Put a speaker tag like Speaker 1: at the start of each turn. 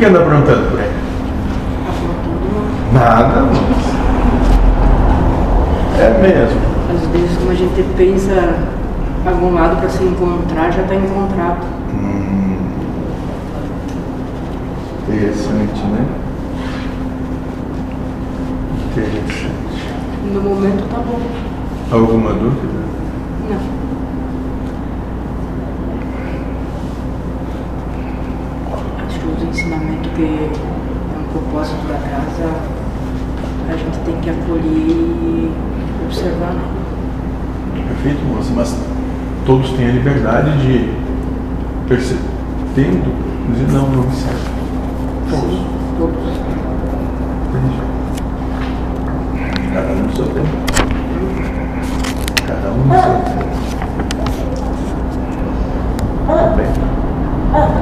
Speaker 1: que anda aprontando por aí? Nada, mano. É mesmo.
Speaker 2: Às vezes, como a gente pensa algum lado para se encontrar, já está encontrado.
Speaker 1: Hum. Interessante, né? Interessante.
Speaker 2: No momento tá bom.
Speaker 1: Alguma dúvida?
Speaker 2: Não. Acho que os ensinamentos que é um propósito da casa, a gente tem que acolher e observar. né?
Speaker 1: Perfeito, moça, mas todos têm a liberdade de perceber, tendo, dizer não, não é me serve. Todos.
Speaker 2: Todos.
Speaker 1: Entendi. Cada um no seu tempo. Cada um no seu tempo. Tá bem.